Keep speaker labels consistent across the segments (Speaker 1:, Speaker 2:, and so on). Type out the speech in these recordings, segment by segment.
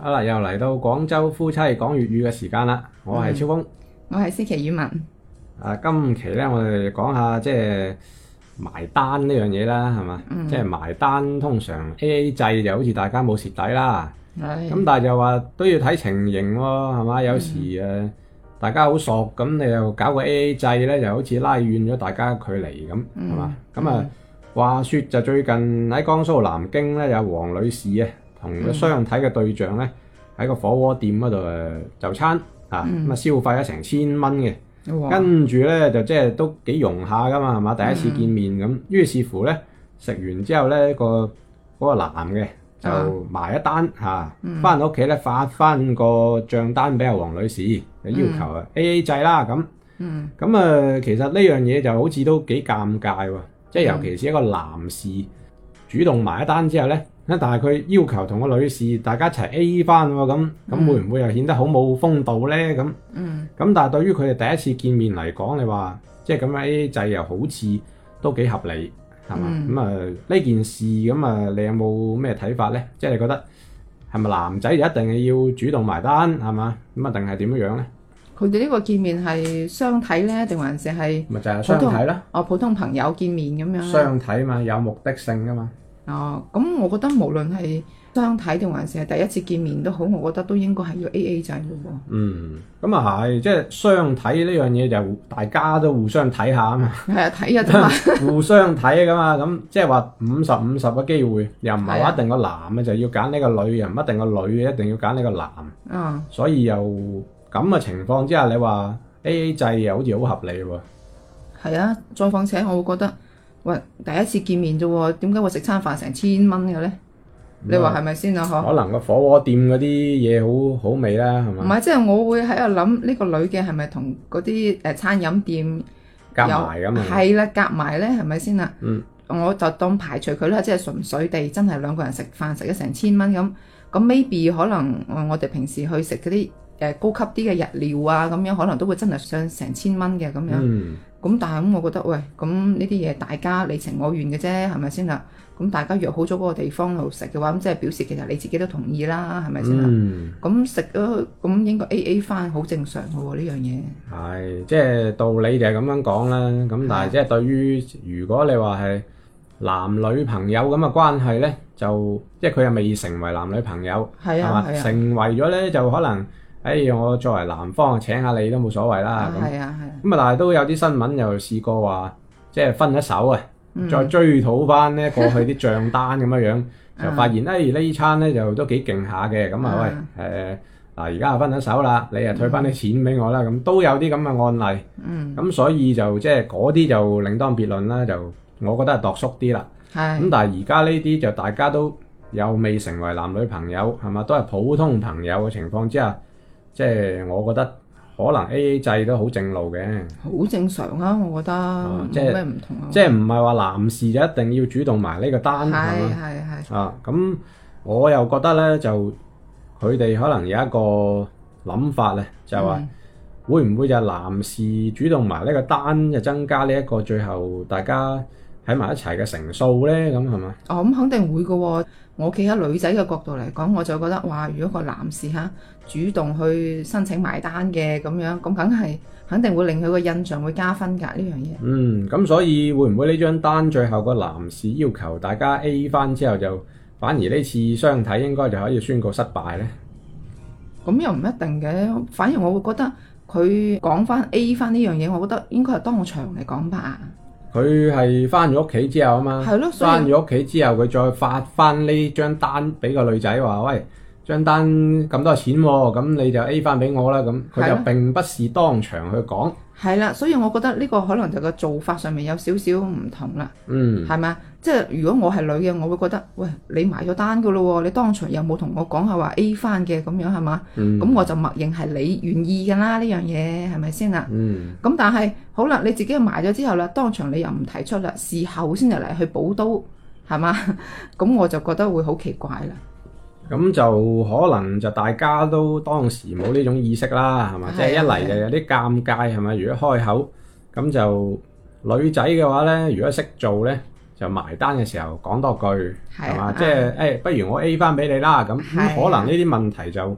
Speaker 1: 好啦，又嚟到廣州夫妻講粵語嘅時間啦，我係超峰。
Speaker 2: 我係思琪語文，
Speaker 1: 啊，今期咧我哋講下即係埋單呢樣嘢啦，係嘛？即係埋單通常 A A 制就好似大家冇蝕底啦，
Speaker 2: 唉
Speaker 1: 咁但係就話都要睇情形喎，係嘛？有時誒、呃大家好熟，咁你又搞個 A A 制咧，就好似拉遠咗大家嘅距離咁，係嘛？咁
Speaker 2: 嗯
Speaker 1: 啊、話說就最近喺江蘇南京咧，有黃女士啊，同
Speaker 2: 嗯
Speaker 1: 個相睇嘅對象咧喺個火鍋店嗰度誒就餐啊，咁啊消費咗成千蚊嘅。
Speaker 2: 嗯哇，嗯
Speaker 1: 跟住咧就即係都幾融下噶嘛，係嘛？第一次見面咁，於是乎咧食完之後咧個嗰個男嘅
Speaker 2: 啊嗯
Speaker 1: 就埋一單嚇，翻到屋企咧發翻個帳單俾阿黃女士，就要求啊 A A 制啦咁。
Speaker 2: 嗯
Speaker 1: 咁啊、呃其實呢樣嘢就好似都幾尷尬喎，即係
Speaker 2: 嗯
Speaker 1: 尤其是一個男士主動埋一單之後咧，但係佢要求同個女士大家一齊 A 翻喎，咁咁會唔會又顯得好冇風度咧？咁
Speaker 2: 嗯
Speaker 1: 咁但係對於佢哋第一次見面嚟講，你話即係咁樣 A A 制又好似都幾合理，係嘛？
Speaker 2: 嗯
Speaker 1: 咁啊呢件事咁啊，你有冇咩睇法咧？即係你覺得係咪男仔就一定係要主動埋單係嘛？咁啊定係點樣樣咧？
Speaker 2: 佢哋呢個見面係相睇呢？定還是係
Speaker 1: 咪就係
Speaker 2: 普
Speaker 1: 相
Speaker 2: 通
Speaker 1: 睇啦，
Speaker 2: 哦普通朋友見面咁樣咧？
Speaker 1: 相睇嘛，有目的性噶嘛。
Speaker 2: 哦，咁我覺得無論係相睇定還是係第一次見面都好，我覺得都應該係要 A A 制嘅喎。
Speaker 1: 嗯，咁啊係，即係相睇呢樣嘢就大家都互相睇下啊 嘛，
Speaker 2: 係啊，睇下啫嘛，
Speaker 1: 互相睇噶嘛，咁即係話五十五十嘅機會，又唔係
Speaker 2: 係
Speaker 1: 話
Speaker 2: 啊
Speaker 1: 一定個男嘅就要揀呢個女，又唔一定個女嘅一定要揀呢個男，
Speaker 2: 啊
Speaker 1: 所以又咁嘅情況之下，你話 A A 制又好似好合理喎。
Speaker 2: 係啊，再況且我會覺得，喂第一次見面啫喎，點解會食餐飯成千蚊嘅呢？你話係咪先啊？嗬？
Speaker 1: 可能個火鍋店嗰啲嘢好好味啦，係
Speaker 2: 唔
Speaker 1: 嘛？
Speaker 2: 係，即係我會喺度諗呢個女嘅係咪同嗰啲誒餐飲店？
Speaker 1: 夾埋咁啊，
Speaker 2: 係啦，夾埋咧，係咪先啦？
Speaker 1: 嗯，
Speaker 2: 我就當排除佢啦，即係純粹地真係兩個人食飯食咗成千蚊咁，咁 maybe 可能呃我哋平時去食嗰啲誒高級啲嘅日料啊，咁樣可能都會真係上成千蚊嘅咁樣。
Speaker 1: 嗯，
Speaker 2: 咁但係咁，我覺得喂，咁呢啲嘢大家你情我願嘅啫，係咪先啦？咁大家約好咗嗰個地方度食嘅話，咁即係表示其實你自己都同意啦，係咪先啦？
Speaker 1: 嗯。
Speaker 2: 咁食咗咁應該 A A 翻，好正常嘅喎呢樣嘢。
Speaker 1: 係，即係道理就係咁樣講啦。咁但係即係對於如果你話係男女朋友咁嘅關係咧，就即係佢又未成為男女朋友，
Speaker 2: 係啊，係啊，
Speaker 1: 成為咗咧就可能，誒我作為男方請下你都冇所謂啦。咁
Speaker 2: 係啊，係啊。
Speaker 1: 咁啊，但係都有啲新聞又試過話，即係分咗手啊，
Speaker 2: 嗯
Speaker 1: 再追討翻咧過去啲帳單咁 樣樣，就
Speaker 2: 啊
Speaker 1: 發現誒呢餐咧就都幾勁下嘅，咁啊
Speaker 2: 啊
Speaker 1: 喂誒嗱而家分咗手啦，你啊退翻啲錢俾我啦，咁都有啲咁嘅案例。
Speaker 2: 嗯，
Speaker 1: 咁所以就即係嗰啲就另當別論啦，就我覺得係度縮啲啦。咁
Speaker 2: 係，
Speaker 1: 但係而家呢啲就大家都又未成為男女朋友，係嘛？都係普通朋友嘅情況之下，即係我覺得可能 A A 制都好正路嘅，
Speaker 2: 好正常啊，我覺得
Speaker 1: 哦即係
Speaker 2: 冇咩唔同啊。
Speaker 1: 即係唔係話男士就一定要主動埋呢個單係
Speaker 2: 係
Speaker 1: 嘛？
Speaker 2: 係係，
Speaker 1: 啊，咁我又覺得呢，就佢哋可能有一個諗法咧，就係話、
Speaker 2: 嗯
Speaker 1: 會唔會就係男士主動埋呢個單，就增加呢一個最後大家喺埋一齊嘅成數呢？咁係嘛？
Speaker 2: 哦咁肯定會嘅喎。我企喺女仔嘅角度嚟講，我就覺得哇，如果個男士嚇主動去申請埋單嘅咁樣，咁梗係肯定會令佢個印象會加分㗎呢樣嘢。
Speaker 1: 嗯，咁所以會唔會呢張單最後個男士要求大家 A 翻之後就反而呢次相睇應該就可以宣告失敗呢？
Speaker 2: 咁又唔一定嘅，反而我會覺得佢講翻 A 翻呢樣嘢，我覺得應該係當場嚟講吧。
Speaker 1: 佢係翻咗屋企之後啊嘛，
Speaker 2: 係咯，所
Speaker 1: 翻
Speaker 2: 以
Speaker 1: 咗屋企之後佢再發翻呢張單俾個女仔話：喂，張單咁多錢喎、咁你就 A 翻俾我啦。咁佢
Speaker 2: 係
Speaker 1: 就
Speaker 2: 咯
Speaker 1: 並不是當場去講，
Speaker 2: 係啦，所以我覺得呢個可能就個做法上面有少少唔同啦。
Speaker 1: 嗯。
Speaker 2: 係咪啊？即係如果我係女嘅，我會覺得，喂，你埋咗單噶咯喎，你當場有冇同我講係話 A 翻嘅咁樣係嘛？
Speaker 1: 嗯
Speaker 2: 咁、我就默認係你願意㗎啦，呢樣嘢係咪先啦？
Speaker 1: 嗯
Speaker 2: 咁但係好啦，你自己埋咗之後啦，當場你又唔提出啦，事後先嚟去補刀係嘛？咁我就覺得會好奇怪啦。
Speaker 1: 咁就可能就大家都當時冇呢種意識啦，係嘛？
Speaker 2: 係啊
Speaker 1: 即係一嚟就有啲尷尬係咪？如果開口咁就女仔嘅話呢，如果識做呢，就埋單嘅時候講多句
Speaker 2: 係啊
Speaker 1: 係嘛，
Speaker 2: 啊
Speaker 1: 即係誒，不如我 A 翻俾你啦咁。咁
Speaker 2: 係啊
Speaker 1: 可能呢啲問題就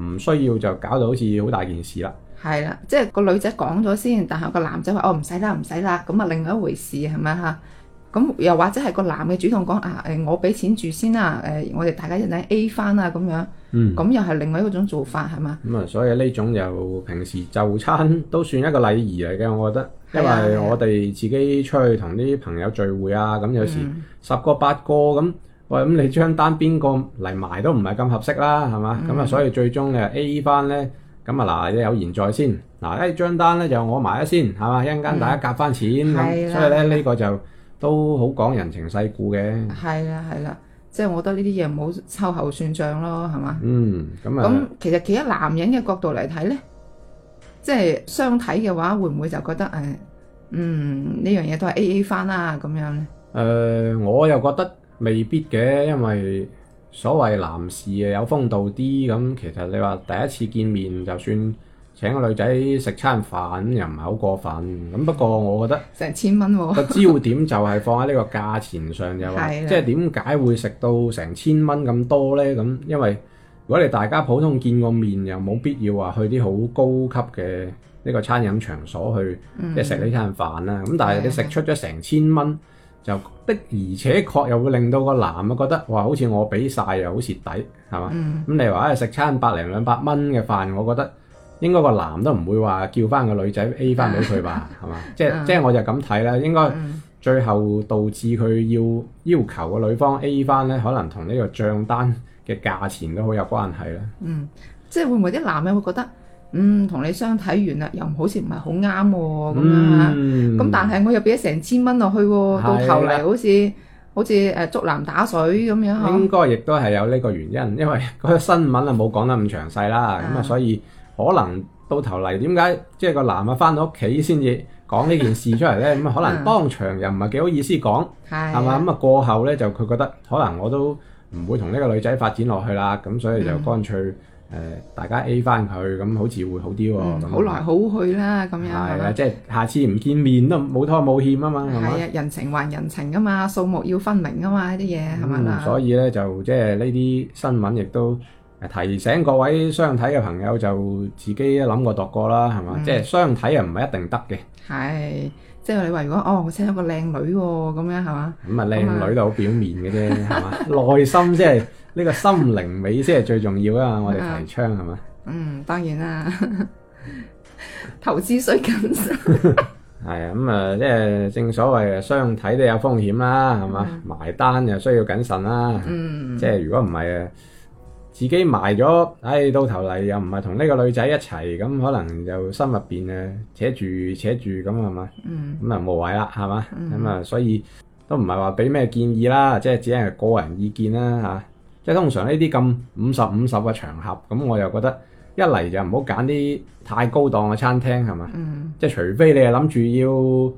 Speaker 1: 唔需要就搞到好似好大件事啦。
Speaker 2: 係啦，即係個女仔講咗先，但係個男仔話哦唔使啦唔使啦，咁啊另外一回事係咪嚇？咁又或者係個男嘅主動講啊誒我俾錢住先啦，誒、我哋大家一陣 A 翻啊咁樣，
Speaker 1: 嗯，
Speaker 2: 咁又係另外一種做法係嘛？
Speaker 1: 咁啊，所以呢種就平時就餐都算一個禮儀嚟嘅，我覺得，因
Speaker 2: 係啊係
Speaker 1: 為
Speaker 2: 啊
Speaker 1: 我哋自己出去同啲朋友聚會啊，咁有時
Speaker 2: 嗯
Speaker 1: 十個八個咁，喂咁你張單邊個嚟埋都唔係咁合適啦，係嘛？
Speaker 2: 嗯
Speaker 1: 咁啊，所以最終你 A 翻咧，咁啊嗱，有言在先，嗱誒張單咧就我埋咗先，係嘛？一陣間大家夾翻錢咁，
Speaker 2: 嗯係啦
Speaker 1: 所以咧呢個就都好講人情世故嘅，
Speaker 2: 係啦係啦，即係我覺得呢啲嘢唔好秋後算賬咯，係嘛？
Speaker 1: 嗯，咁啊。
Speaker 2: 咁其實企喺男人嘅角度嚟睇呢，即係相睇嘅話，會唔會就覺得誒、嗯呢樣嘢都係 A A 翻啦咁樣呢？
Speaker 1: 誒、呃我又覺得未必嘅，因為所謂男士啊有風度啲咁，其實你話第一次見面就算請個女仔食餐飯咁又唔係好過分。咁不過我覺得
Speaker 2: 成千蚊喎、
Speaker 1: 個焦點就係放喺呢個價錢上，就話
Speaker 2: 係啦
Speaker 1: 即係點解會食到成千蚊咁多呢？咁因為如果你大家普通見個面，又冇必要話去啲好高級嘅呢個餐飲場所去。
Speaker 2: 嗯
Speaker 1: 即係食呢餐飯啦。咁但係
Speaker 2: 係啊
Speaker 1: 你食出咗成千蚊，就的而且確又會令到個男啊覺得哇，好似我俾晒又好蝕底，係嘛？
Speaker 2: 嗯
Speaker 1: 咁你話啊食餐百零兩百蚊嘅飯，我覺得應該個男都唔會話叫翻個女仔 A 翻俾佢吧，係嘛？即係
Speaker 2: 嗯
Speaker 1: 即係我就咁睇啦，應該
Speaker 2: 嗯
Speaker 1: 最後導致佢要要求個女方 A 翻咧，可能同呢個帳單嘅價錢都好有關係啦。
Speaker 2: 嗯，即係會唔會啲男人會覺得嗯同你相睇完啦，又好似唔係好啱喎咁樣啊
Speaker 1: 嗯
Speaker 2: 咁但係我又俾咗成千蚊落去喎，到
Speaker 1: 係
Speaker 2: 頭
Speaker 1: 啦
Speaker 2: 嚟好似好似誒竹籃打水咁樣
Speaker 1: 應
Speaker 2: 嗬。
Speaker 1: 該亦都係有呢個原因，因為嗰個新聞啊冇講得咁詳細啦，咁啊
Speaker 2: 啊
Speaker 1: 所以可能到頭嚟點解即係個男啊翻到屋企先至講呢件事出嚟呢？咁啊可能
Speaker 2: 嗯
Speaker 1: 當場又唔係幾好意思講，
Speaker 2: 係
Speaker 1: 係嘛？咁啊過後呢，就佢覺得可能我都唔會同呢個女仔發展落去啦，咁所以就
Speaker 2: 嗯
Speaker 1: 乾脆誒、呃大家 A 翻佢，咁好似會好啲喎。
Speaker 2: 嗯
Speaker 1: 咁
Speaker 2: 好來好去啦咁樣係
Speaker 1: 係
Speaker 2: 嘛
Speaker 1: 啊，即係下次唔見面都冇拖冇欠啊嘛，係嘛？
Speaker 2: 係啊，人情還人情噶嘛，數目要分明噶嘛，呢啲嘢係咪啊
Speaker 1: 嗯
Speaker 2: 啦？
Speaker 1: 所以咧就即係呢啲新聞亦都呃提醒各位相睇嘅朋友就自己諗過度過啦，係嘛？
Speaker 2: 嗯
Speaker 1: 即係相睇又唔係一定得嘅，
Speaker 2: 係，即係你話如果哦，我請咗個靚女喎、咁樣 係嘛？
Speaker 1: 咁啊靚女都好表面嘅啫，係 嘛？內心即係呢個心靈美先係最重要啊！我哋提倡係嘛？
Speaker 2: 嗯，當然啦，投資需謹慎。
Speaker 1: 係啊，咁啊，即係正所謂相睇都有風險啦，係嘛？埋單又需要謹慎啦，
Speaker 2: 嗯，
Speaker 1: 即係如果唔係誒，自己埋咗，唉、到頭嚟又唔係同呢個女仔一齊，咁可能就心入邊誒扯住扯住咁係嘛，
Speaker 2: 嗯，
Speaker 1: 咁啊無謂啦係嘛，
Speaker 2: 嗯
Speaker 1: 咁啊、所以都唔係話俾咩建議啦，即係只係個人意見啦嚇、即係通常呢啲咁五十五十嘅場合，咁我又覺得一嚟就唔好揀啲太高檔嘅餐廳係嘛，
Speaker 2: 嗯，
Speaker 1: 即係除非你係諗住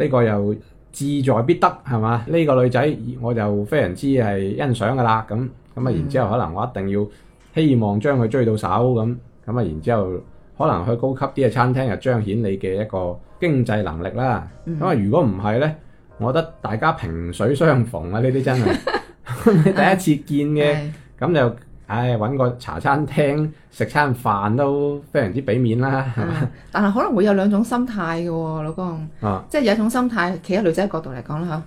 Speaker 1: 要呢、個又志在必得係嘛？呢、個女仔我就非常之係欣賞㗎啦，咁咁啊，然之後可能我一定要希望將佢追到手咁，咁啊，然之後可能去高級啲嘅餐廳就彰顯你嘅一個經濟能力啦。咁啊、如果唔係呢，我覺得大家萍水相逢啊，呢啲真係第一次見嘅。
Speaker 2: 係
Speaker 1: 咁就唉揾個茶餐廳食餐飯都非常之俾面啦，係嘛
Speaker 2: 嗯但係可能會有兩種心態嘅喎、老公，
Speaker 1: 啊？
Speaker 2: 即係有一種心態，企喺女仔角度嚟講啦嚇。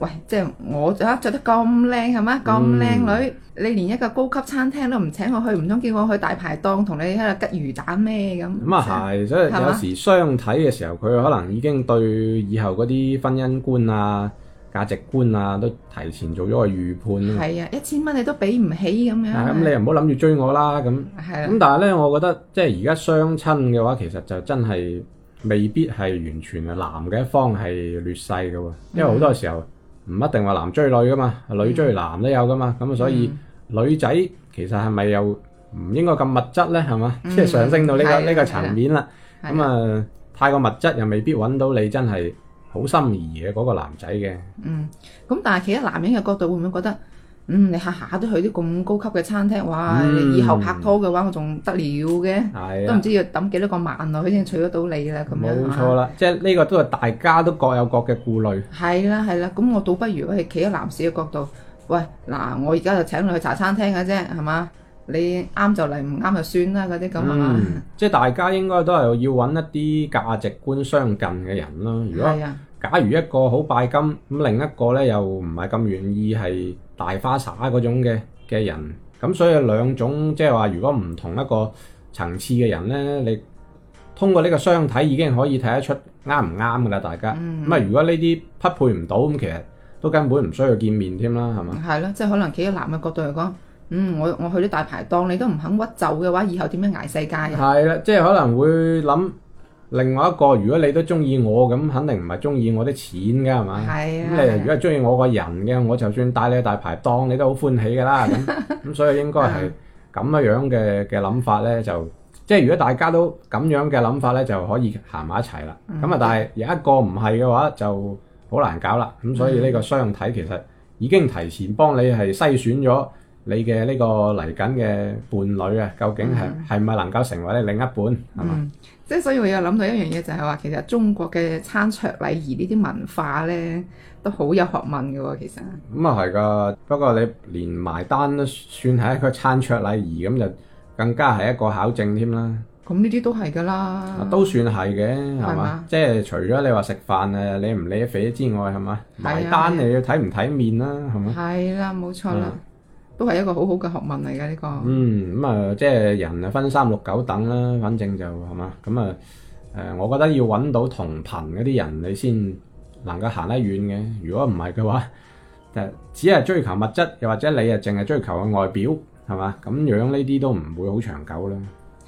Speaker 2: 喂，即係我啊着得咁靚係嘛，咁靚女，你連一個高級餐廳都唔請我去，唔通叫我去大排檔同你喺度吉魚蛋咩咁？
Speaker 1: 咁啊係，所以
Speaker 2: 係
Speaker 1: 有
Speaker 2: 嘛
Speaker 1: 時相睇嘅時候，佢可能已經對以後嗰啲婚姻觀啊、價值觀啊，都提前做咗個預判啊。
Speaker 2: 係啊，一千蚊你都俾唔起咁樣。
Speaker 1: 啊咁你又唔好諗住追我啦，咁
Speaker 2: 係啊啦
Speaker 1: 咁但係咧，我覺得即係而家相親嘅話，其實就真係未必係完全係男嘅一方係劣勢嘅喎，因為好多時候唔一定話男追女噶嘛，女追男都有噶嘛，
Speaker 2: 嗯
Speaker 1: 咁啊所以。女仔其實係咪又唔應該咁物質呢？係嘛，
Speaker 2: 嗯
Speaker 1: 即係上升到呢、
Speaker 2: 係
Speaker 1: 個
Speaker 2: 啊
Speaker 1: 呢個層面啦。
Speaker 2: 係
Speaker 1: 咁啊，太過物質又未必揾到你真係好心儀嘅嗰個男仔嘅。
Speaker 2: 嗯，咁但係企喺男人嘅角度，會唔會覺得嗯，你下下都去啲咁高級嘅餐廳，哇！
Speaker 1: 嗯
Speaker 2: 你以後拍拖嘅話，我仲得了嘅，
Speaker 1: 係
Speaker 2: 都唔
Speaker 1: 啊，
Speaker 2: 知要抌幾多個萬落去先娶得到你啦，咁樣
Speaker 1: 冇錯啦，即係呢個都係大家都各有各嘅顧慮。
Speaker 2: 係啦係啦，咁我倒不如係企喺男士嘅角度，喂嗱，我而家就請你去茶餐廳嘅啫，係嘛？你啱就嚟，唔啱就算啦，嗰啲咁係嘛？
Speaker 1: 嗯，即係大家應該都係要揾一啲價值觀相近嘅人啦。如果
Speaker 2: 係啊，
Speaker 1: 假如一個好拜金，咁另一個咧又唔係咁願意係大花灑嗰種嘅嘅人，咁所以兩種即係話，如果唔同一個層次嘅人咧，你通過呢個相睇已經可以睇得出啱唔啱噶啦，大家。咁啊、
Speaker 2: 嗯
Speaker 1: 如果呢啲匹配唔到，咁其實都根本唔需要見面添啦，係嘛？
Speaker 2: 係咯，即係可能企喺男嘅角度嚟講，嗯，我我去啲大排檔，你都唔肯屈就嘅話，以後點樣捱世界啊？
Speaker 1: 係啦，即係可能會諗另外一個，如果你都中意我，咁肯定唔係中意我啲錢㗎，係嘛？
Speaker 2: 係啊
Speaker 1: 咁你如
Speaker 2: 係啊，
Speaker 1: 果係中意我個人嘅，我就算帶你去大排檔，你都好歡喜㗎啦。 咁咁所以應該係
Speaker 2: 嗯
Speaker 1: 咁樣嘅嘅諗法咧，就即係如果大家都咁樣嘅諗法咧，就可以行埋一齊啦。
Speaker 2: 嗯
Speaker 1: 咁啊、但係有一個唔係嘅話，就好難搞啦。咁所以呢個相睇其實已經提前幫你係篩選咗。你嘅呢個嚟緊嘅伴侶啊，究竟係係咪能夠成為你另一半係嘛？
Speaker 2: 嗯，即係所以我有諗到一樣嘢就係話，其實中國嘅餐桌禮儀呢啲文化咧，都好有學問嘅喎，其實。
Speaker 1: 咁啊係噶，不過你連埋單都算係一個餐桌禮儀，咁就更加係一個考證添啦。啊
Speaker 2: 咁呢啲都係㗎啦，
Speaker 1: 都算係嘅，係
Speaker 2: 嗯係
Speaker 1: 嘛
Speaker 2: 嘛？
Speaker 1: 即係除咗你話食飯誒，你唔理肥之外，係嘛？
Speaker 2: 係啊
Speaker 1: 埋單你要睇唔睇面啦，係嘛？
Speaker 2: 係啦，冇錯啦，都係一個好好嘅學問嚟嘅呢個。
Speaker 1: 嗯，咁啊，即係人啊分三六九等啦，反正就係嘛，咁啊誒，我覺得要揾到同頻嗰啲人，你先能夠行得遠嘅。如果唔係嘅話，誒只係追求物質，又或者你啊淨係追求個外表，係嘛？咁樣呢啲都唔會好長久啦。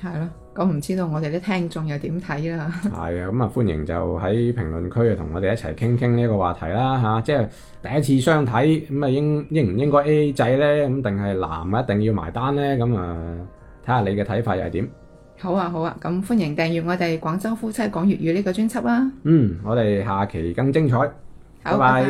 Speaker 2: 係咯，咁唔知道我哋啲聽眾又點睇啦？
Speaker 1: 係啊，咁啊歡迎就喺評論區啊同我哋一齊傾傾呢個話題啦嚇、即係第一次相睇咁啊應應唔應該 A A 制咧？咁定係男啊一定要埋單咧？咁啊睇下你嘅睇法又係點？
Speaker 2: 好啊好啊，咁歡迎訂閱我哋廣州夫妻講粵語呢個專輯啦。
Speaker 1: 嗯，我哋下期更精彩。
Speaker 2: 好，
Speaker 1: 拜拜
Speaker 2: 拜拜